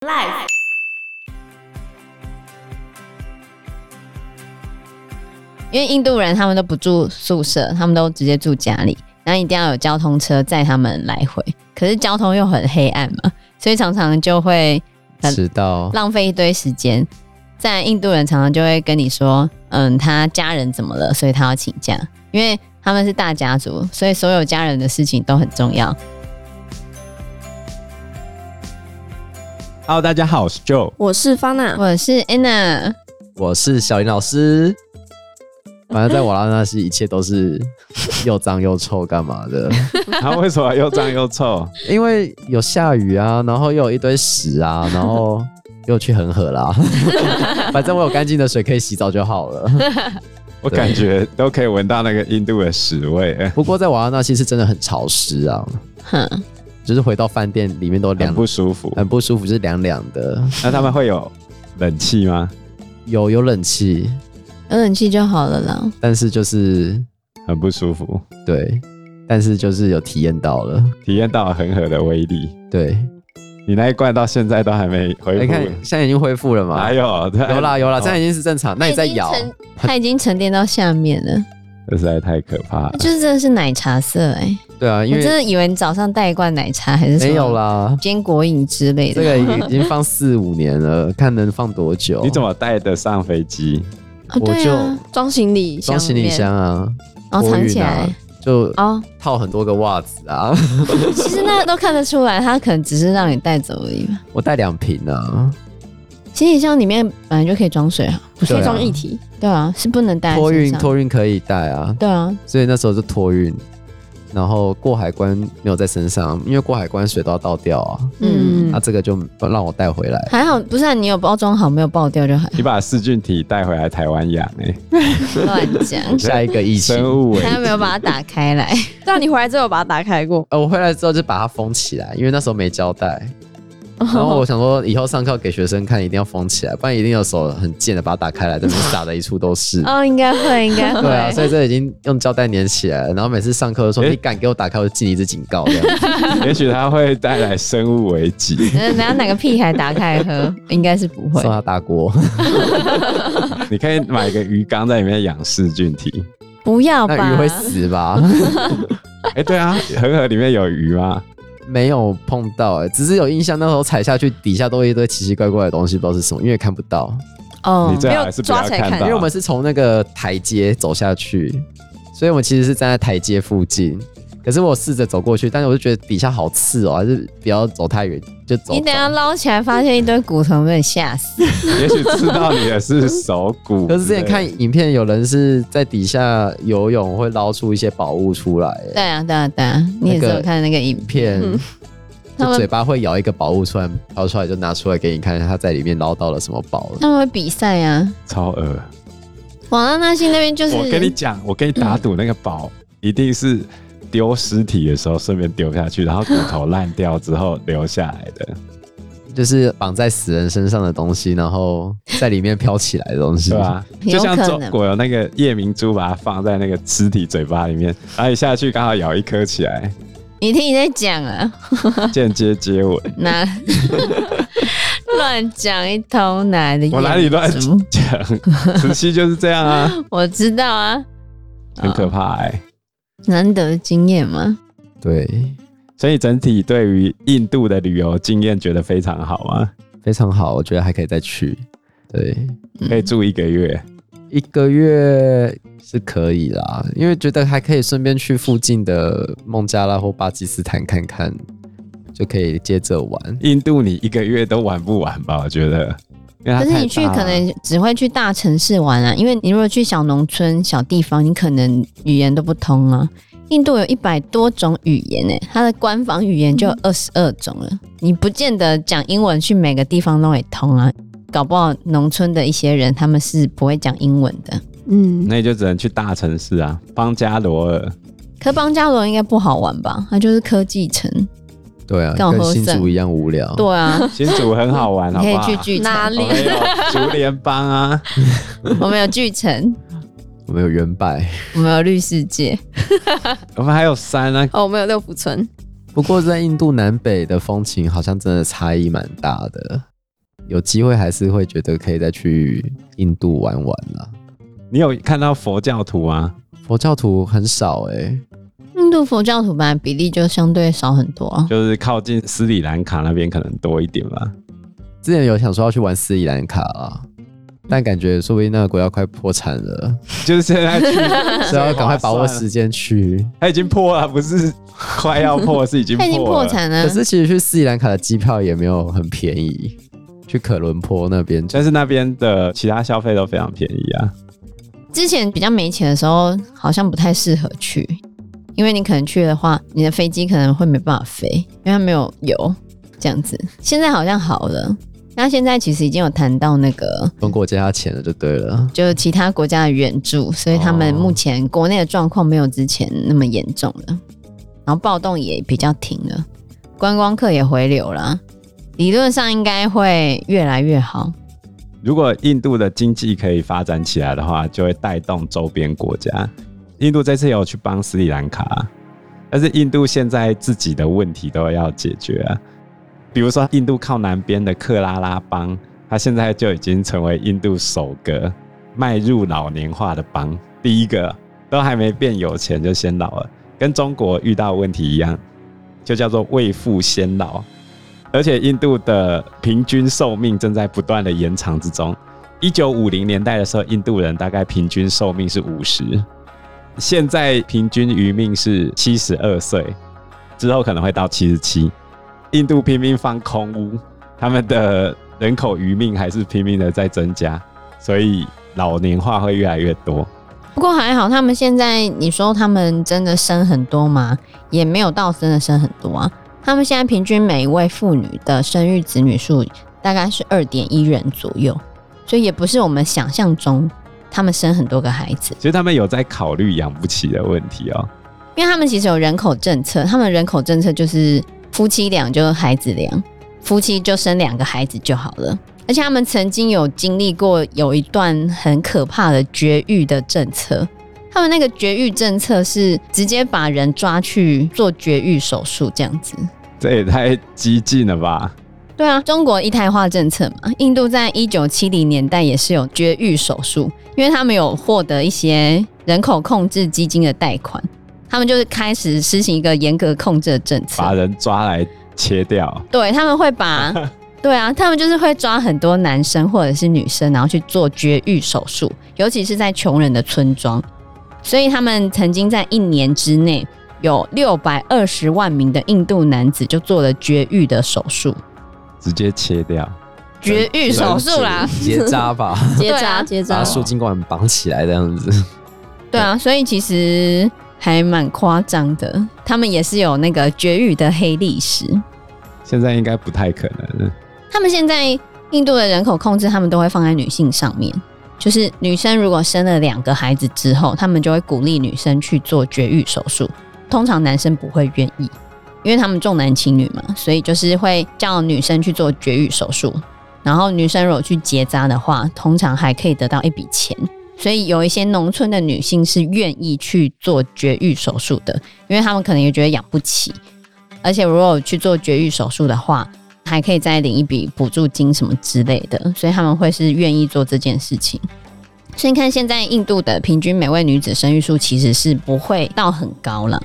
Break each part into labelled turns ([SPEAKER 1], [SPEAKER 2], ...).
[SPEAKER 1] Life。
[SPEAKER 2] 因为印度人他们都不住宿舍，他们都直接住家里，然后一定要有交通车载他们来回。可是交通又很黑暗嘛，所以常常就会很
[SPEAKER 3] 迟到，
[SPEAKER 2] 浪费一堆时间。在印度人常常就会跟你说，嗯，他家人怎么了，所以他要请假，因为他们是大家族，所以所有家人的事情都很重要。
[SPEAKER 3] Hello，大家好，我是 Joe，
[SPEAKER 1] 我是方娜，
[SPEAKER 2] 我是 Anna，
[SPEAKER 3] 我是小林老师。反正在瓦拉纳西，一切都是又脏又臭，干嘛的？
[SPEAKER 4] 他啊为什么又脏又臭？
[SPEAKER 3] 因为有下雨啊，然后又有一堆屎啊，然后又去恒河啦。反正我有干净的水可以洗澡就好了。
[SPEAKER 4] 我感觉都可以闻到那个印度的屎 味，
[SPEAKER 3] 不过在瓦拉纳西是真的很潮湿啊，
[SPEAKER 2] 哼，
[SPEAKER 3] 就是回到饭店里面都
[SPEAKER 4] 很
[SPEAKER 3] 凉，
[SPEAKER 4] 不舒服。
[SPEAKER 3] 很不舒服，就是凉凉的。
[SPEAKER 4] 那他们会有冷气吗？
[SPEAKER 3] 有有冷气，
[SPEAKER 2] 有冷气就好了啦。
[SPEAKER 3] 但是就是
[SPEAKER 4] 很不舒服，
[SPEAKER 3] 对，但是就是有体验到了，
[SPEAKER 4] 体验到恒河的威力。
[SPEAKER 3] 对。
[SPEAKER 4] 你那一罐到现在都还没
[SPEAKER 3] 你
[SPEAKER 4] 恢
[SPEAKER 3] 哎看，
[SPEAKER 4] 复，
[SPEAKER 3] 现在已经恢复了嘛？
[SPEAKER 4] 哪有？
[SPEAKER 3] 有 啦有啦，
[SPEAKER 4] 哦
[SPEAKER 3] 现在已经是正常。那你在咬
[SPEAKER 2] 它已经沉，它已经沉淀到下面了，
[SPEAKER 4] 这实在太可怕了
[SPEAKER 2] 它。就是真的是奶茶色哎、
[SPEAKER 3] 对啊，因
[SPEAKER 2] 我真
[SPEAKER 3] 为
[SPEAKER 2] 的以为你早上带一罐奶茶还是什么
[SPEAKER 3] 没 有啦，
[SPEAKER 2] 坚果饮之类的。哦
[SPEAKER 3] 这个 已经放四五年了，看能放多久。
[SPEAKER 4] 你怎么带得上飞机？
[SPEAKER 2] 啊
[SPEAKER 3] 我
[SPEAKER 2] 对啊，
[SPEAKER 1] 装行李箱
[SPEAKER 3] 装
[SPEAKER 1] 里面，
[SPEAKER 3] 行李箱啊？
[SPEAKER 2] 然后哦
[SPEAKER 3] 托
[SPEAKER 2] 藏
[SPEAKER 3] 运
[SPEAKER 2] 起
[SPEAKER 3] 啊
[SPEAKER 2] 来。
[SPEAKER 3] 就
[SPEAKER 2] 哦，
[SPEAKER 3] 套很多个袜子啊，
[SPEAKER 2] 其实那都看得出来，它可能只是让你带走而已嘛。
[SPEAKER 3] 我带两瓶啊，
[SPEAKER 2] 行李箱里面本来就可以装水啊，
[SPEAKER 1] 可以
[SPEAKER 3] 对啊
[SPEAKER 1] 装一体，
[SPEAKER 2] 对啊，是不能带在
[SPEAKER 3] 托
[SPEAKER 2] 身
[SPEAKER 3] 运
[SPEAKER 2] 上。
[SPEAKER 3] 托运可以带啊，
[SPEAKER 2] 对啊，
[SPEAKER 3] 所以那时候就托运，然后过海关没有在身上，因为过海关水都要倒掉啊，
[SPEAKER 2] 嗯
[SPEAKER 1] 嗯
[SPEAKER 3] 那、，这个就让我带回来，
[SPEAKER 2] 还好，不是、啊、你有包装好，没有爆掉就 还
[SPEAKER 4] 你把噬菌体带回来台湾养哎，
[SPEAKER 2] 乱讲。
[SPEAKER 3] 下一个疫情。
[SPEAKER 4] 生物
[SPEAKER 2] 他
[SPEAKER 4] 哎，
[SPEAKER 2] 没有把它打开来，
[SPEAKER 1] 但你回来之后有把它打开过，
[SPEAKER 3] 呃，我回来之后就把它封起来，因为那时候没胶带。
[SPEAKER 2] 哦
[SPEAKER 3] 然后我想说，以后上课给学生看，一定要封起来，不然一定有手很贱的把它打开来，这边撒的一处都是。
[SPEAKER 2] 哦，应该会，应该会。
[SPEAKER 3] 对啊，所以这已经用胶带粘起来了。然后每次上课的时候，
[SPEAKER 4] 诶
[SPEAKER 3] 你敢给我打开，我就记你一只警告。这样
[SPEAKER 4] 也许它会带来生物危 机。
[SPEAKER 2] 等下哪个屁孩打开喝，应该是不 会
[SPEAKER 3] 送。他大锅，
[SPEAKER 4] 你可以买个鱼缸在里面养噬菌体。
[SPEAKER 2] 不要吧？
[SPEAKER 3] 那鱼会死吧？
[SPEAKER 4] 哎，对啊，恒河里面有鱼吗？
[SPEAKER 3] 没有碰到、欸，只是有印象，那时候踩下去，底下都一堆奇奇怪怪的东西，不知道是什么，因为看不到。
[SPEAKER 2] 哦
[SPEAKER 4] 你最
[SPEAKER 1] 没有
[SPEAKER 4] 好还是不要
[SPEAKER 1] 抓起来看
[SPEAKER 2] 啊
[SPEAKER 4] 看
[SPEAKER 3] 因
[SPEAKER 4] 到
[SPEAKER 3] 为我。们是从那个台阶走下去，所以我们其实是站在台阶附近。可是我试着走过去，但是我就觉得底下好刺哦，还是不要走太远，就走。
[SPEAKER 2] 你等一下捞起来，发现一堆骨头，被你吓 死。
[SPEAKER 4] 也许吃到你的是手骨。
[SPEAKER 3] 可是之前看影片，有人是在底下游泳会捞出一些宝物出来，
[SPEAKER 2] 对啊，对啊，对啊，你也是
[SPEAKER 3] 那个
[SPEAKER 2] 有看那个影片，
[SPEAKER 3] 片
[SPEAKER 1] 嗯
[SPEAKER 2] 他
[SPEAKER 3] 就
[SPEAKER 2] 们
[SPEAKER 3] 嘴巴会咬一个宝物出来，掏出来就拿出来给你看，他在里面捞到了什么宝。
[SPEAKER 2] 他们会比赛啊。
[SPEAKER 4] 超额。
[SPEAKER 2] 瓦拉纳西那边就是，
[SPEAKER 4] 我跟你讲，我跟你打赌，那个宝一定是丢尸体的时候顺便丢下去，然后骨头烂掉之后留下来的。
[SPEAKER 3] 就是绑在死人身上的东西，然后在里面飘起来的 东西，
[SPEAKER 4] 对吧？
[SPEAKER 2] 有
[SPEAKER 4] 就像
[SPEAKER 2] 可能
[SPEAKER 4] 中国有那个夜明珠，把它放在那个尸体嘴巴里面，然后一下去刚好咬一颗起来，
[SPEAKER 2] 你听你在讲啊，
[SPEAKER 4] 间接接吻。
[SPEAKER 2] 那乱讲一通，哪来的？
[SPEAKER 4] 我哪里乱？ 讲？慈禧就是这样啊，
[SPEAKER 2] 我知道啊，
[SPEAKER 4] 很可怕哎、
[SPEAKER 2] 难得的经验嘛。
[SPEAKER 3] 对，
[SPEAKER 4] 所以整体对于印度的旅游经验觉得非常好啊吗？
[SPEAKER 3] 非常好，我觉得还可以再去。对，
[SPEAKER 2] 嗯
[SPEAKER 4] 可以住一个月，
[SPEAKER 3] 一个月是可以啦，因为觉得还可以顺便去附近的孟加拉或巴基斯坦看看，就可以接着玩。
[SPEAKER 4] 印度你一个月都玩不完吧？我觉得，因为它
[SPEAKER 2] 可是
[SPEAKER 4] 太
[SPEAKER 2] 你去
[SPEAKER 4] 大
[SPEAKER 2] 可
[SPEAKER 4] 了
[SPEAKER 2] 能只会去大城市玩啊，因为你如果去小农村、小地方，你可能语言都不通啊。印度有一百多种语言呢、它的官方语言就
[SPEAKER 1] 嗯
[SPEAKER 2] 有二十二种了。你不见得讲英文去每个地方都会通啊，搞不好农村的一些人他们是不会讲英文的。
[SPEAKER 1] 嗯，
[SPEAKER 4] 那你就只能去大城市啊，邦加罗尔。
[SPEAKER 2] 可邦加罗应该不好玩吧？它就是科技城。
[SPEAKER 3] 对啊，
[SPEAKER 2] 跟我
[SPEAKER 3] 跟
[SPEAKER 2] 喝
[SPEAKER 3] 新
[SPEAKER 2] 剩
[SPEAKER 3] 竹一样无聊。
[SPEAKER 2] 对啊，
[SPEAKER 4] 新竹很好 玩，
[SPEAKER 2] 你
[SPEAKER 4] 哦好
[SPEAKER 2] 可
[SPEAKER 4] 不
[SPEAKER 2] 以去
[SPEAKER 4] 好？
[SPEAKER 2] 巨城，
[SPEAKER 1] 哪里
[SPEAKER 4] 我们有竹联邦啊，
[SPEAKER 2] 我们有巨城，
[SPEAKER 3] 我们有原版，
[SPEAKER 2] 我们有绿世界。
[SPEAKER 4] 我们还有山啊，
[SPEAKER 1] 哦，我们有六福村，
[SPEAKER 3] 不过在印度南北的风情好像真的差异蛮大的，有机会还是会觉得可以再去印度玩玩啦。
[SPEAKER 4] 你有看到佛教徒吗？
[SPEAKER 3] 佛教徒很少哎、
[SPEAKER 2] 印度佛教徒本来比例就相对少很多啊。
[SPEAKER 4] 就是靠近斯里兰卡那边可能多一点吧。
[SPEAKER 3] 之前有想说要去玩斯里兰卡啊，但感觉说不定那个国家快破产了，，
[SPEAKER 4] 就是现在去
[SPEAKER 3] 所以要赶快把握时间去。
[SPEAKER 4] 他已经破了，不是快要破，是已经
[SPEAKER 2] 他已经
[SPEAKER 4] 破
[SPEAKER 2] 破
[SPEAKER 4] 了。
[SPEAKER 2] 产
[SPEAKER 3] 可
[SPEAKER 2] 了，
[SPEAKER 3] 是其实去斯里兰卡的机票也没有很便宜，去可伦坡那边
[SPEAKER 4] 但是那边的其他消费都非常便宜啊。
[SPEAKER 2] 之前比较没钱的时候，好像不太适合去，因为你可能去的话，你的飞机可能会没办法飞，因为它没有油这样子。现在好像好了，那现在其实已经有谈到那个
[SPEAKER 3] 中国借他钱了就对了。
[SPEAKER 2] 就是其他国家的援助，所以他们
[SPEAKER 3] 哦
[SPEAKER 2] 目前国内的状况没有之前那么严重了，然后暴动也比较停了，观光客也回流了，理论上应该会越来越好。
[SPEAKER 4] 如果印度的经济可以发展起来的话，就会带动周边国家。印度这次有去帮斯里兰卡，但是印度现在自己的问题都要解决啊。比如说，印度靠南边的克拉拉邦，它现在就已经成为印度首个迈入老年化的邦，第一个都还没变有钱就先老了，跟中国遇到的问题一样，就叫做未富先老。而且印度的平均寿命正在不断的延长之中。一九五零年代的时候，印度人大概平均寿命是五十，现在平均余命是七十二岁，之后可能会到七十七。印度拼命放空屋，他们的人口余命还是拼命的在增加，所以老年化会越来越多。
[SPEAKER 2] 不过还好，他们现在你说他们真的生很多吗？也没有到真的生很多啊。他们现在平均每一位妇女的生育子女数大概是二点一人左右，所以也不是我们想象中他们生很多个孩子，
[SPEAKER 4] 其实他们有在考虑养不起的问题哦。
[SPEAKER 2] 因为他们其实有人口政策，他们人口政策就是夫妻俩就孩子俩，夫妻就生两个孩子就好了。而且他们曾经有经历过有一段很可怕的绝育的政策，他们那个绝育政策是直接把人抓去做绝育手术这样子。
[SPEAKER 4] 这也太激进了吧！
[SPEAKER 2] 对啊，中国一胎化政策嘛，印度在一九七零年代也是有绝育手术，因为他们有获得一些人口控制基金的贷款，他们就是开始施行一个严格控制的政策，
[SPEAKER 4] 把人抓来切掉，
[SPEAKER 2] 对他们会把，对啊，他们就是会抓很多男生或者是女生，然后去做绝育手术，尤其是在穷人的村庄，所以他们曾经在一年之内有六百二十万名的印度男子就做了绝育的手术。
[SPEAKER 4] 直接切掉。
[SPEAKER 2] 绝育手术啦，
[SPEAKER 3] 结扎吧，
[SPEAKER 1] 结
[SPEAKER 2] 对啊
[SPEAKER 1] 扎结
[SPEAKER 3] 把
[SPEAKER 1] 扎，
[SPEAKER 3] 输精管绑起来这样子。
[SPEAKER 2] 对啊，所以其实还蛮夸张的。他们也是有那个绝育的黑历史。
[SPEAKER 4] 现在应该不太可能了。
[SPEAKER 2] 他们现在印度的人口控制，他们都会放在女性上面，就是女生如果生了两个孩子之后，他们就会鼓励女生去做绝育手术。通常男生不会愿意，因为他们重男轻女嘛，所以就是会叫女生去做绝育手术。然后女生如果去结扎的话，通常还可以得到一笔钱。所以有一些农村的女性是愿意去做绝育手术的，因为她们可能也觉得养不起，而且如果去做绝育手术的话，还可以再领一笔补助金什么之类的，所以他们会是愿意做这件事情。所以你看，现在印度的平均每位女子生育数其实是不会到很高了。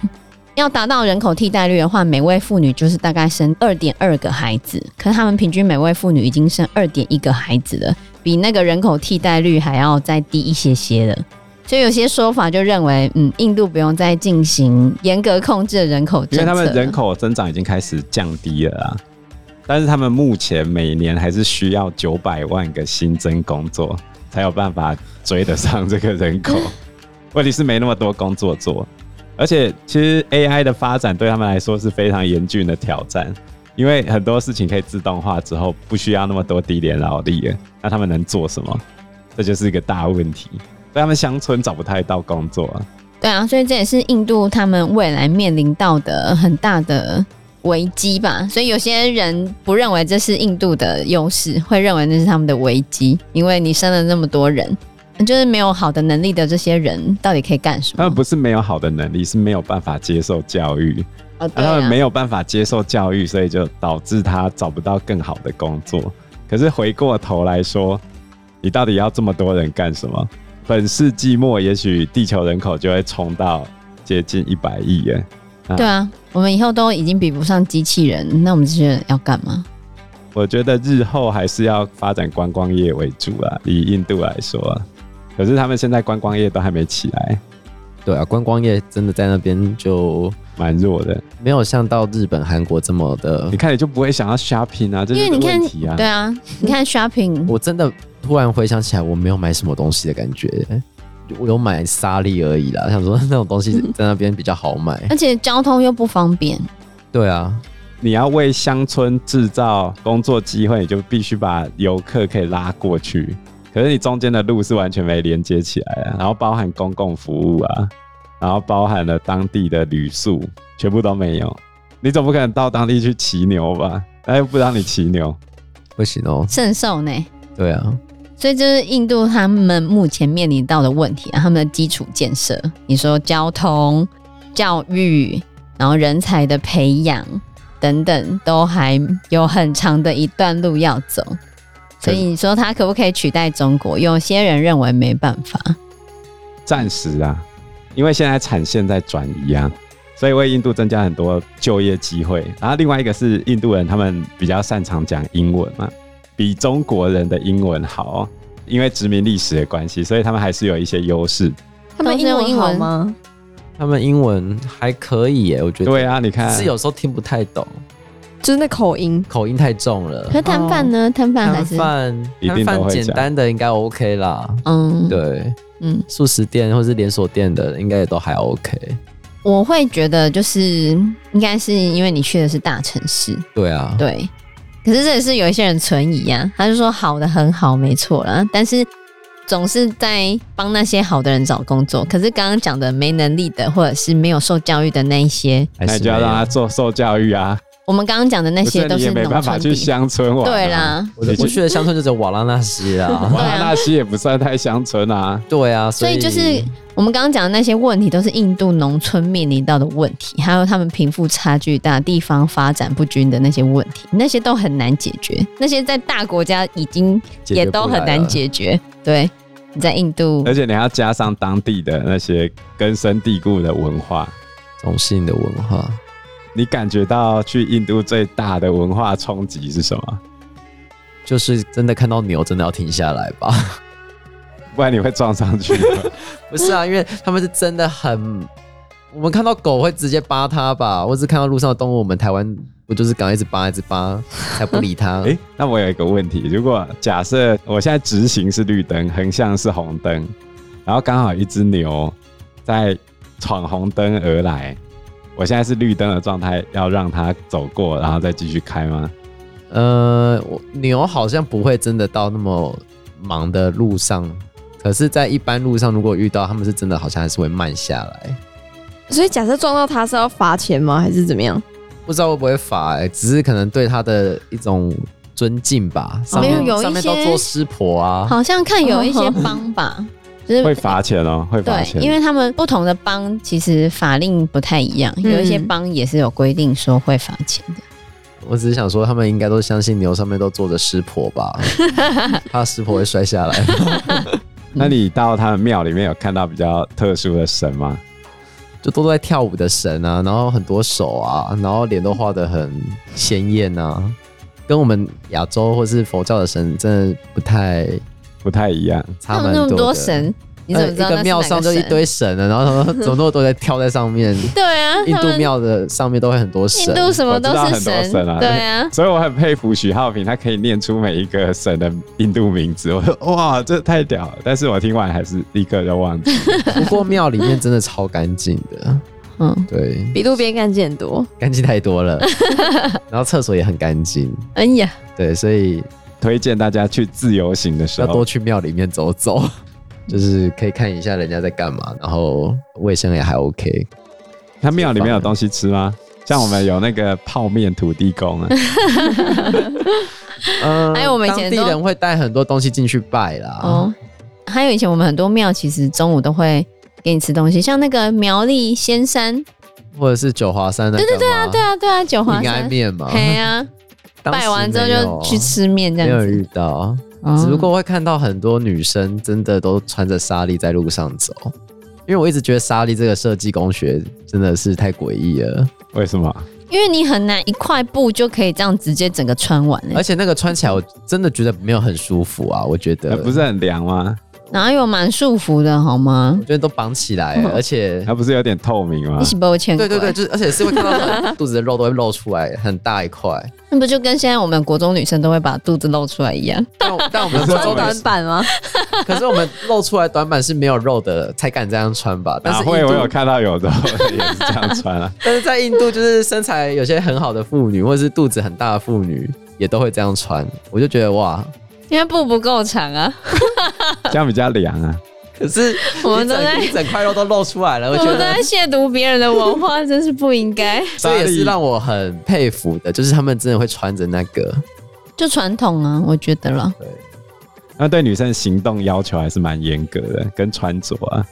[SPEAKER 2] 要达到人口替代率的话，每位妇女就是大概生二点二个孩子，可是他们平均每位妇女已经生二点一个孩子了，比那个人口替代率还要再低一些些了。所以有些说法就认为，嗯，印度不用再进行严格控制的人口
[SPEAKER 4] 因
[SPEAKER 2] 政
[SPEAKER 4] 为
[SPEAKER 2] 策了，
[SPEAKER 4] 他们人口增长已经开始降低了啊，但是他们目前每年还是需要九百万个新增工作，才有办法追得上这个人口。问题是没那么多工作做，而且其实 AI 的发展对他们来说是非常严峻的挑战，因为很多事情可以自动化之后，不需要那么多低廉劳力了，那他们能做什么？这就是一个大问题。所以他们乡村找不太到工作、啊，
[SPEAKER 2] 对啊，所以这也是印度他们未来面临到的很大的危机吧。所以有些人不认为这是印度的优势，会认为那是他们的危机，因为你生了那么多人，就是没有好的能力的这些人到底可以干什
[SPEAKER 4] 他们
[SPEAKER 2] 么？
[SPEAKER 4] 不是没有好的能力，是没有办法接受教育，
[SPEAKER 2] 哦，
[SPEAKER 4] 啊
[SPEAKER 2] 对
[SPEAKER 4] 他们
[SPEAKER 2] 啊，
[SPEAKER 4] 没有办法接受教育，所以就导致他找不到更好的工作。可是回过头来说，你到底要这么多人干什么？本世纪末，也许地球人口就会冲到接近一百亿耶。
[SPEAKER 2] 对啊，我们以后都已经比不上机器人，那我们这些人要干嘛？
[SPEAKER 4] 我觉得日后还是要发展观光业为主啊，以印度来说啊。可是他们现在观光业都还没起来，
[SPEAKER 3] 对啊，观光业真的在那边就
[SPEAKER 4] 蛮弱的。
[SPEAKER 2] 哦
[SPEAKER 3] 没有像到日本、韩国这么的
[SPEAKER 4] 你。看你就不会想要 shopping 啊，这
[SPEAKER 2] 因
[SPEAKER 4] 是
[SPEAKER 2] 为你看
[SPEAKER 4] 问题啊。
[SPEAKER 2] 对啊，你看 shopping，
[SPEAKER 3] 我真的突然回想起来，我没有买什么东西的感觉，我有买沙粒而已啦。想说 那种东西在那边比较 好买。
[SPEAKER 2] 而且交通又不方便，
[SPEAKER 3] 对啊，
[SPEAKER 4] 你要为乡村制造工作机会，你就必须把游客可以拉过去。可是你中间的路是完全没连接起来啊，然后包含公共服务啊，然后包含了当地的旅宿，全部都没有。你总不可能到当地去骑牛吧？那又不让你骑牛，
[SPEAKER 3] 不行哦。
[SPEAKER 2] 圣兽呢？
[SPEAKER 3] 对啊，
[SPEAKER 2] 所以这是印度他们目前面临到的问题啊，他们的基础建设，你说交通、教育，然后人才的培养等等，都还有很长的一段路要走。所以你说他可不可以取代中国？有些人认为没办法。
[SPEAKER 4] 暂时啊，因为现在产线在转移啊，所以为印度增加很多就业机会。然后另外一个是印度人，他们比较擅长讲英文嘛，比中国人的英文好哦，因为殖民历史的关系，所以他们还是有一些优势。
[SPEAKER 1] 他们英文好吗？
[SPEAKER 3] 他们英文还可以耶，我觉得。
[SPEAKER 4] 对啊，你看，
[SPEAKER 3] 是有时候听不太懂，
[SPEAKER 1] 就是那口音，
[SPEAKER 3] 口音太重了。
[SPEAKER 2] 可摊贩呢？摊贩还
[SPEAKER 3] 摊
[SPEAKER 2] 是
[SPEAKER 3] 贩
[SPEAKER 4] 一定都会
[SPEAKER 3] 摊贩简
[SPEAKER 4] 讲
[SPEAKER 3] 单的应该 OK 啦，
[SPEAKER 2] 嗯，
[SPEAKER 3] 对，
[SPEAKER 2] 嗯，
[SPEAKER 3] 素食店或是连锁店的应该也都还 OK。
[SPEAKER 2] 我会觉得就是应该是因为你去的是大城市，
[SPEAKER 3] 对啊，
[SPEAKER 2] 对，可是这也是有一些人存疑呀、他就说好的很好，没错啦，但是总是在帮那些好的人找工作。可是刚刚讲的没能力的，或者是没有受教育的那一些，
[SPEAKER 3] 还
[SPEAKER 4] 那
[SPEAKER 3] 是
[SPEAKER 4] 就要
[SPEAKER 3] 没有
[SPEAKER 4] 让他做受教育啊，
[SPEAKER 2] 我们刚刚讲的那
[SPEAKER 4] 不
[SPEAKER 2] 些
[SPEAKER 4] 是
[SPEAKER 2] 都
[SPEAKER 4] 你也
[SPEAKER 2] 是
[SPEAKER 4] 没
[SPEAKER 2] 农
[SPEAKER 4] 办法
[SPEAKER 2] 村
[SPEAKER 4] 去
[SPEAKER 2] 地，
[SPEAKER 4] 乡村玩、啊
[SPEAKER 2] 对，啦。
[SPEAKER 3] 我我去的乡村就只有瓦拉纳西啦。
[SPEAKER 4] 哇，
[SPEAKER 2] 对啊
[SPEAKER 4] 那些也不算太乡村啊。
[SPEAKER 3] 对啊，
[SPEAKER 2] 所以
[SPEAKER 3] 以
[SPEAKER 2] 就是我们刚刚讲的那些问题，都是印度农村面临到的问题，还有他们贫富差距大、地方发展不均的那些问题，那些都很难解决。那些在大国家已经
[SPEAKER 3] 解决
[SPEAKER 2] 也都
[SPEAKER 3] 不来
[SPEAKER 2] 很难
[SPEAKER 3] 了
[SPEAKER 2] 解决。对，你在印度
[SPEAKER 4] 而且你还要加上当地的那些根深蒂固的文化，
[SPEAKER 3] 种姓的文化。
[SPEAKER 4] 你感觉到去印度最大的文化冲击是 什么？
[SPEAKER 3] 就是真的看到牛，真的要停下来吧？
[SPEAKER 4] 不然你会撞上去 的。
[SPEAKER 3] 不是啊，因为他们是真的很，我们看到狗会直接扒它吧，或是看到路上的动物，我们台湾不就是赶快一直扒一直扒，才不理它？
[SPEAKER 4] 诶，那我有一个问题，如果假设我现在直行是绿灯，横向是红灯，然后刚好一只牛在闯红灯而来，我现在是绿灯的状态，要让它走过，然后再继续开吗？
[SPEAKER 3] 呃，我牛好像不会真的到那么忙的路上，可是，在一般路上如果遇到，他们是真的好像还是会慢下来。
[SPEAKER 1] 所以假设撞到他是要罚钱吗？还是怎么样？
[SPEAKER 3] 不知道会不会罚、欸，只是可能对他的一种尊敬吧。上面
[SPEAKER 2] 哦没有有一
[SPEAKER 3] 上面都
[SPEAKER 2] 些
[SPEAKER 3] 做湿婆啊，
[SPEAKER 2] 好像看有一些帮吧，就是
[SPEAKER 4] 会罚钱哦，会罚
[SPEAKER 2] 对，
[SPEAKER 4] 钱。
[SPEAKER 2] 因为他们不同的帮其实法令不太一样，
[SPEAKER 1] 嗯
[SPEAKER 2] 有一些帮也是有规定说会罚钱的。
[SPEAKER 3] 我只是想说，他们应该都相信牛上面都坐着湿婆 吧，怕湿婆会摔下来。
[SPEAKER 4] 那你到他们庙里面有看到比较特殊的神吗？
[SPEAKER 3] 就都在跳舞的神啊，然后很多手啊，然后脸都画得很鲜艳啊，跟我们亚洲或是佛教的神真的不太
[SPEAKER 4] 不太一样。
[SPEAKER 3] 差
[SPEAKER 2] 们
[SPEAKER 3] 蛮
[SPEAKER 2] 那么
[SPEAKER 3] 的
[SPEAKER 2] 多神，你怎么知道
[SPEAKER 3] 呃一
[SPEAKER 2] 那
[SPEAKER 3] 个
[SPEAKER 2] 是
[SPEAKER 3] 庙
[SPEAKER 2] 哪
[SPEAKER 3] 上就一
[SPEAKER 2] 神？
[SPEAKER 3] 堆神啊了，然后他们怎么都在跳在 上面。
[SPEAKER 2] 对啊，
[SPEAKER 3] 印
[SPEAKER 2] 他
[SPEAKER 3] 度
[SPEAKER 2] 们
[SPEAKER 3] 庙的上面都会很多神，
[SPEAKER 2] 印度什么都
[SPEAKER 4] 我
[SPEAKER 2] 是
[SPEAKER 4] 知道很多
[SPEAKER 2] 神，
[SPEAKER 4] 神啊
[SPEAKER 2] 对啊。
[SPEAKER 4] 所以我很佩服许浩平，他可以念出每一个神的印度名字。我说 哇，这太屌了！但是我听完还是一个都忘记。
[SPEAKER 3] 不过庙里面真的超干净的，
[SPEAKER 2] 嗯，
[SPEAKER 3] 对，
[SPEAKER 1] 比路边干净很多。
[SPEAKER 3] 干净太 多了。然后厕所也很干净，
[SPEAKER 2] 哎呀，
[SPEAKER 3] 对，所以
[SPEAKER 4] 推荐大家去自由行的时
[SPEAKER 3] 要多
[SPEAKER 4] 候，
[SPEAKER 3] 去庙里面走走，就是可以看一下人家在干嘛，然后卫生也还 OK。
[SPEAKER 4] 他庙里面有东西吃吗？像我们有那个泡面土地 公啊，
[SPEAKER 3] 嗯，
[SPEAKER 2] 还有哎我们以前
[SPEAKER 3] 当地
[SPEAKER 2] 都
[SPEAKER 3] 人会带很多东西进去拜啦。
[SPEAKER 2] 哦，还有以前我们很多庙其实中午都会给你吃东西，像那个苗栗仙山
[SPEAKER 3] 或者是九华山的，对对对啊，
[SPEAKER 2] 对啊，对啊，九华
[SPEAKER 3] 平安
[SPEAKER 2] 山，
[SPEAKER 3] 面嘛，
[SPEAKER 2] 嘿呀，
[SPEAKER 3] 当时
[SPEAKER 2] 拜完之后
[SPEAKER 3] 没有
[SPEAKER 2] 就去吃面这
[SPEAKER 3] 没
[SPEAKER 2] 样
[SPEAKER 3] 有
[SPEAKER 2] 子。
[SPEAKER 3] 遇到，
[SPEAKER 2] 哦
[SPEAKER 3] 只不过会看到很多女生真的都穿着纱丽在路上走，因为我一直觉得纱丽这个设计工学真的是太诡异了，
[SPEAKER 4] 为什么？
[SPEAKER 2] 因为你很难一块布就可以这样直接整个穿完、欸
[SPEAKER 3] 而，且那个穿起来我真的觉得没有很舒服啊，我觉
[SPEAKER 4] 呃
[SPEAKER 3] 得
[SPEAKER 4] 不是，很凉吗？
[SPEAKER 2] 哪有蛮束缚的好吗
[SPEAKER 3] 我？觉得都绑起来，而且
[SPEAKER 4] 它不是有点透明吗
[SPEAKER 2] 一？起把我牵过
[SPEAKER 3] 啊对
[SPEAKER 2] 来，
[SPEAKER 3] 对对，就是而且是会看 到肚子的肉都会露出来，很大一块。
[SPEAKER 2] 那不就跟现在我们国中女生都会把肚子露出来一样？
[SPEAKER 3] 但 但我们
[SPEAKER 4] 不是
[SPEAKER 3] 国
[SPEAKER 1] 超
[SPEAKER 3] 中
[SPEAKER 1] 短
[SPEAKER 3] 女，
[SPEAKER 1] 板吗？
[SPEAKER 3] 可是我们露出来短版是没有肉的，才敢这样穿吧？但
[SPEAKER 4] 哪
[SPEAKER 3] 是
[SPEAKER 4] 啊会？
[SPEAKER 3] 印
[SPEAKER 4] 我
[SPEAKER 3] 度
[SPEAKER 4] 有看到有的也是这样穿 啊。
[SPEAKER 3] 但是在印度，就是身材有些很好的妇女，或者是肚子很大的妇女，也都会这样穿。我就觉得哇，
[SPEAKER 2] 因为布不够长啊。
[SPEAKER 4] 这样比较凉啊。
[SPEAKER 3] 可是
[SPEAKER 2] 我们
[SPEAKER 3] 一
[SPEAKER 2] 都在
[SPEAKER 3] 整一整块肉都露出来了，我
[SPEAKER 2] 我
[SPEAKER 3] 觉
[SPEAKER 2] 们都在
[SPEAKER 3] 得
[SPEAKER 2] 亵渎别人的文化，真是不应 该。
[SPEAKER 3] 这也是让我很佩服的，就是他们真的会穿着那个。
[SPEAKER 2] 就传统啊，我觉得了。
[SPEAKER 4] 那对女生行动要求还是蛮严格的，跟穿着啊，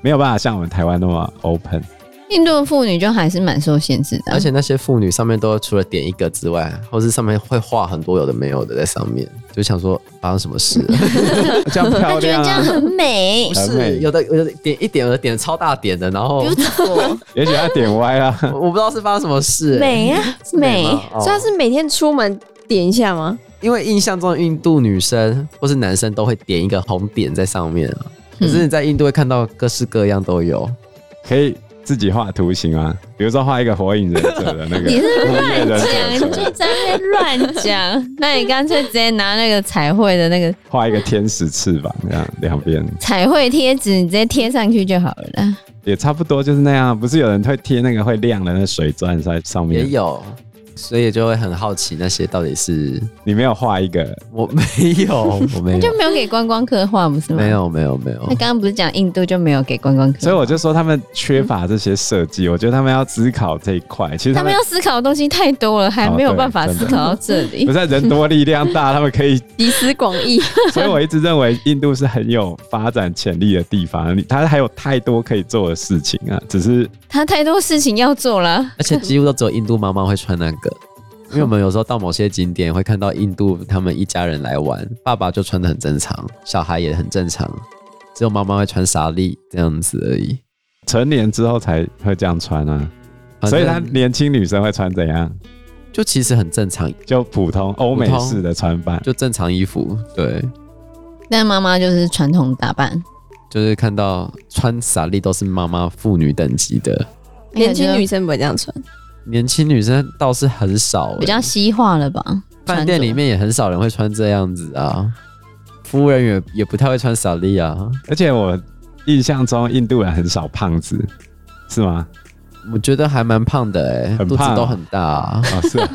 [SPEAKER 4] 没有办法像我们台湾那么 open。
[SPEAKER 2] 印度的妇女就还是蛮受限制的啊、
[SPEAKER 3] 而且那些妇女上面都除了点一个之外，或是上面会画很多有的没有的在上面，就想说发生什么事了？
[SPEAKER 4] 这样漂
[SPEAKER 2] 她觉
[SPEAKER 4] 亮
[SPEAKER 2] 得这样
[SPEAKER 4] 啊！
[SPEAKER 2] 很美
[SPEAKER 3] 不。
[SPEAKER 4] 很美
[SPEAKER 3] 是，有的有的点一点，有的点超大点的，然后
[SPEAKER 2] Beautiful，
[SPEAKER 4] 也许她点歪啊 了，
[SPEAKER 3] 我我不知道是发生什么事、欸
[SPEAKER 2] 美啊，
[SPEAKER 3] 是
[SPEAKER 2] 美
[SPEAKER 3] 吗，哦
[SPEAKER 1] 所以他是每天出门点一下吗？
[SPEAKER 3] 因为印象中的印度女生或是男生都会点一个红点在上面啊，可是你在印度会看到各式各样都有，
[SPEAKER 4] 可以自己画图形啊，比如说画一个火影忍者的那 个
[SPEAKER 2] 你是
[SPEAKER 4] 红叶
[SPEAKER 2] 讲
[SPEAKER 4] 忍者
[SPEAKER 2] 你就在那边乱讲。那你干脆直接拿那个彩绘的那个
[SPEAKER 4] 画一个天使翅膀这样两边
[SPEAKER 2] 彩绘贴纸，你直接贴上去就好了啦。
[SPEAKER 4] 也差不多就是那样。不是有人会贴那个会亮的那水钻在上
[SPEAKER 3] 也
[SPEAKER 4] 面？
[SPEAKER 3] 有，所以就会很好奇那些到底是
[SPEAKER 4] 你没有画一个，
[SPEAKER 3] 我没有，我没
[SPEAKER 2] 就
[SPEAKER 3] 有，
[SPEAKER 2] 没有给观光客画，不是吗？
[SPEAKER 3] 没。有，没有，没有
[SPEAKER 2] 他。刚刚不是讲印度就没有给观光客，
[SPEAKER 4] 所以我就说他们缺乏这些设计。我觉得他们要思考这一块。其实
[SPEAKER 2] 他
[SPEAKER 4] 他
[SPEAKER 2] 们
[SPEAKER 4] 们
[SPEAKER 2] 要思考的东西太多了，还没有办法思考到这里
[SPEAKER 4] 不。是人多力量大，他们可以
[SPEAKER 1] 集思广益，
[SPEAKER 4] 所以我一直认为印度是很有发展潜力的地方，你它还有太多可以做的事情啊。只是
[SPEAKER 2] 他太多事情要做了，
[SPEAKER 3] 而且几乎都只有印度妈妈会穿那个，因为我们有时候到某些景点会看到印度他们一家人来玩，爸爸就穿的很正常，小孩也很正常，只有妈妈会穿纱丽这样子而已。
[SPEAKER 4] 成年之后才会这样穿啊，
[SPEAKER 3] 反
[SPEAKER 4] 所以
[SPEAKER 3] 正
[SPEAKER 4] 她年轻女生会穿怎样？
[SPEAKER 3] 就其实很正常，
[SPEAKER 4] 就普通欧美式的穿法。
[SPEAKER 3] 就正常衣服，对。
[SPEAKER 2] 但妈妈就是传统打扮，
[SPEAKER 3] 就是看到穿纱丽都是妈妈妇女等级的，
[SPEAKER 1] 年轻女生不会这样穿。
[SPEAKER 3] 年轻女生倒是很少欸、
[SPEAKER 2] 比较西化了吧？
[SPEAKER 3] 饭
[SPEAKER 2] 穿
[SPEAKER 3] 店
[SPEAKER 2] 着
[SPEAKER 3] 里面也很少人会穿这样子啊。服务人员也不太会穿纱丽啊，
[SPEAKER 4] 而且我印象中印度人很少胖子，是 吗？
[SPEAKER 3] 我觉得还蛮胖的哎、
[SPEAKER 4] 很
[SPEAKER 3] 肚子
[SPEAKER 4] 胖啊
[SPEAKER 3] 都很大、 啊，
[SPEAKER 4] 哦，是啊，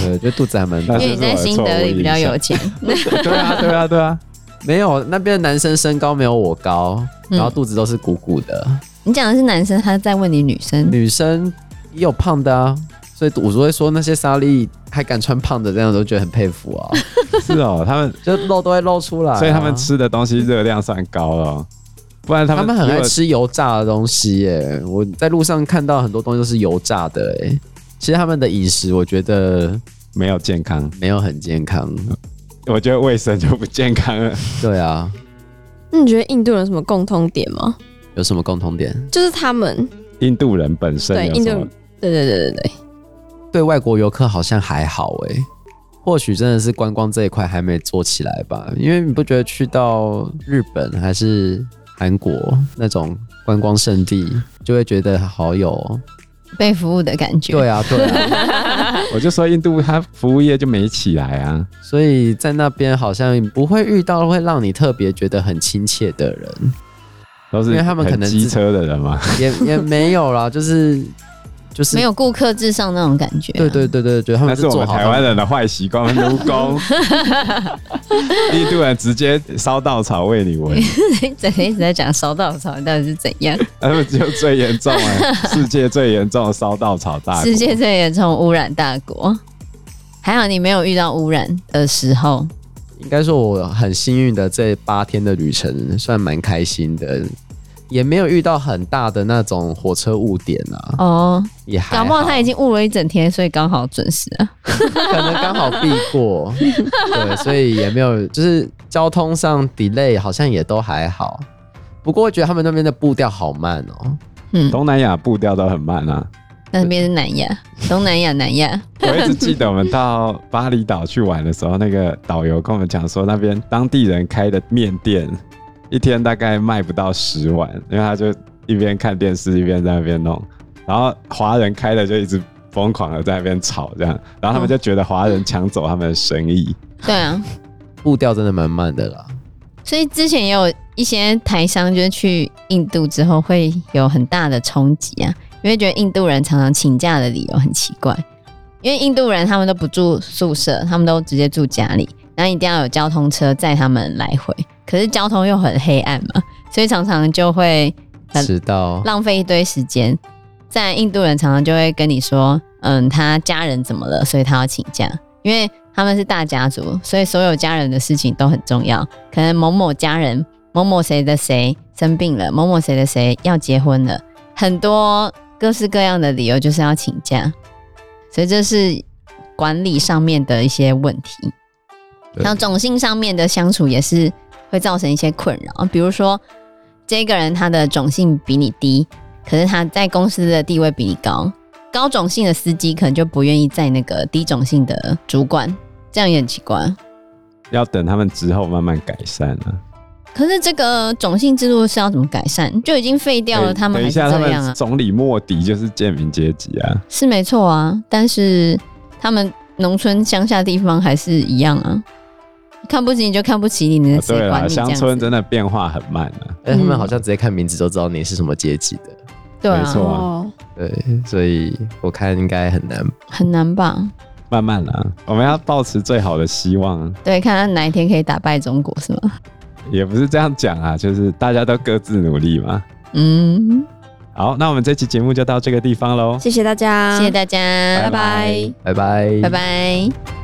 [SPEAKER 3] 对，我觉得肚子还蛮大
[SPEAKER 4] 那
[SPEAKER 2] 因
[SPEAKER 4] 是。
[SPEAKER 2] 为你在新德里比较有钱，
[SPEAKER 4] 对啊，对啊，对啊。
[SPEAKER 3] 没有那边的男生身高没有我高，
[SPEAKER 2] 嗯
[SPEAKER 3] 然后肚子都是鼓鼓的，
[SPEAKER 2] 你讲的是男生，他在问你女生，
[SPEAKER 3] 女生也有胖的啊，所以我就会说那些纱丽还敢穿胖的这样，我都觉得很佩服 啊，
[SPEAKER 4] 是哦，他们，
[SPEAKER 3] 就肉都会露出来啊、
[SPEAKER 4] 所以他们吃的东西热量算高了哦，不然他
[SPEAKER 3] 他
[SPEAKER 4] 们
[SPEAKER 3] 们很爱
[SPEAKER 4] 如果
[SPEAKER 3] 吃油炸的东西耶，我在路上看到很多东西都是油炸的哎。其实他们的饮食我觉得
[SPEAKER 4] 没有健康，
[SPEAKER 3] 没有很健康。
[SPEAKER 4] 嗯我觉得卫生就不健康 了。
[SPEAKER 3] 对啊，
[SPEAKER 1] 那你觉得印度人有什么共通点吗？
[SPEAKER 3] 有什么共同点？
[SPEAKER 1] 就是他们
[SPEAKER 4] 印度人本身
[SPEAKER 1] 对
[SPEAKER 4] 有
[SPEAKER 1] 印度
[SPEAKER 4] 什么
[SPEAKER 1] 人？，对对对对对，
[SPEAKER 3] 对外国游客好像还好哎，或许真的是观光这一块还没做起来吧。因为你不觉得去到日本还是韩国那种观光胜地，就会觉得好有哦
[SPEAKER 2] 被服务的感觉。
[SPEAKER 3] 对啊对啊，
[SPEAKER 4] 我就说印度它服务业就没起来啊，
[SPEAKER 3] 所以在那边好像不会遇到会让你特别觉得很亲切的人。
[SPEAKER 4] 都是
[SPEAKER 3] 因为他们可能
[SPEAKER 4] 很机车的人嘛，
[SPEAKER 3] 也也没有啦，就是就是
[SPEAKER 2] 没有顾客至上那种感觉、啊
[SPEAKER 3] 对，对对对对，他
[SPEAKER 4] 那
[SPEAKER 3] 们嗯
[SPEAKER 4] 是
[SPEAKER 3] 就
[SPEAKER 4] 我
[SPEAKER 3] 做
[SPEAKER 4] 们
[SPEAKER 3] 好
[SPEAKER 4] 台湾人的坏习惯，奴 工。印度人直接烧稻草为 你闻，
[SPEAKER 2] 整天一直在讲烧稻草到底是怎样，
[SPEAKER 4] 他们呃就最严重啊，世界最严重的烧稻草大国
[SPEAKER 2] 世界最严重污染大国。还好你没有遇到污染的时候，
[SPEAKER 3] 应该说我很幸运的这八天的旅程算蛮开心的，也没有遇到很大的那种火车误点啊，
[SPEAKER 2] 哦，
[SPEAKER 3] 也还
[SPEAKER 2] 搞
[SPEAKER 3] 好
[SPEAKER 2] 不好他已经误了一整天，所以刚好准时啊。
[SPEAKER 3] 可能刚好避 过，对，所以也没有就是交通上 delay 好像也都还好。不过我觉得他们那边的步调好慢哦，
[SPEAKER 2] 嗯，
[SPEAKER 4] 东南亚步调都很慢啊。
[SPEAKER 2] 那边是南亚，东南亚南亚，
[SPEAKER 4] 我一直记得我们到巴厘岛去玩的时候，那个导游跟我们讲说，那边当地人开的面店，一天大概卖不到十碗，因为他就一边看电视一边在那边弄，然后华人开的就一直疯狂的在那边吵这样，然后他们就觉得华人抢走他们的生意。
[SPEAKER 2] 对啊。
[SPEAKER 3] 步调真的蛮慢的啦。
[SPEAKER 2] 所以之前也有一些台商，就是去印度之后会有很大的冲击啊，因为觉得印度人常常请假的理由很奇怪，因为印度人他们都不住宿舍，他们都直接住家里，然后一定要有交通车载他们来回，可是交通又很黑暗嘛，所以常常就会很
[SPEAKER 3] 迟到，
[SPEAKER 2] 浪费一堆时间。在印度人常常就会跟你说，嗯，他家人怎么了，所以他要请假，因为他们是大家族，所以所有家人的事情都很重要。可能某某家人、某某谁的谁生病了，某某谁的谁要结婚了，很多各式各样的理由就是要请假，所以这是管理上面的一些问题。
[SPEAKER 3] 对
[SPEAKER 2] 然后种姓上面的相处也是会造成一些困扰，比如说这个人他的种姓比你低，可是他在公司的地位比你高，高种姓的司机可能就不愿意载那个低种姓的主管，这样也很奇怪。
[SPEAKER 4] 要等他们之后慢慢改善啊。
[SPEAKER 2] 可是这个种姓制度是要怎么改善？就已经废掉了，
[SPEAKER 4] 哎
[SPEAKER 2] 他们
[SPEAKER 4] 等
[SPEAKER 2] 还
[SPEAKER 4] 一
[SPEAKER 2] 是
[SPEAKER 4] 下，他
[SPEAKER 2] 这样
[SPEAKER 4] 们
[SPEAKER 2] 啊，
[SPEAKER 4] 总理莫迪就是贱民阶级啊。
[SPEAKER 2] 是没错啊。但是他们农村乡下地方还是一样啊，看不起你就看不起你，你
[SPEAKER 4] 啊对
[SPEAKER 2] 谁管
[SPEAKER 4] 啦，
[SPEAKER 2] 你这样
[SPEAKER 4] 乡
[SPEAKER 2] 子？
[SPEAKER 4] 村真的变化很慢啊。
[SPEAKER 3] 哎、他
[SPEAKER 1] 嗯
[SPEAKER 3] 们好像直接看名字就知道你是什么阶级的，
[SPEAKER 2] 对
[SPEAKER 4] 没错
[SPEAKER 2] 啊，
[SPEAKER 1] 哦，
[SPEAKER 3] 对，所以我看应该很难。
[SPEAKER 2] 很难吧？
[SPEAKER 4] 慢慢啦、我们要抱持最好的希望，啊
[SPEAKER 2] 对，看他哪一天可以打败中国是吗？
[SPEAKER 4] 也不是这样讲啊，就是大家都各自努力嘛。
[SPEAKER 2] 嗯，
[SPEAKER 4] 好，那我们这期节目就到这个地方喽，
[SPEAKER 1] 谢谢大家，
[SPEAKER 2] 谢谢大家，
[SPEAKER 1] 拜拜。
[SPEAKER 3] 拜拜，
[SPEAKER 2] 拜拜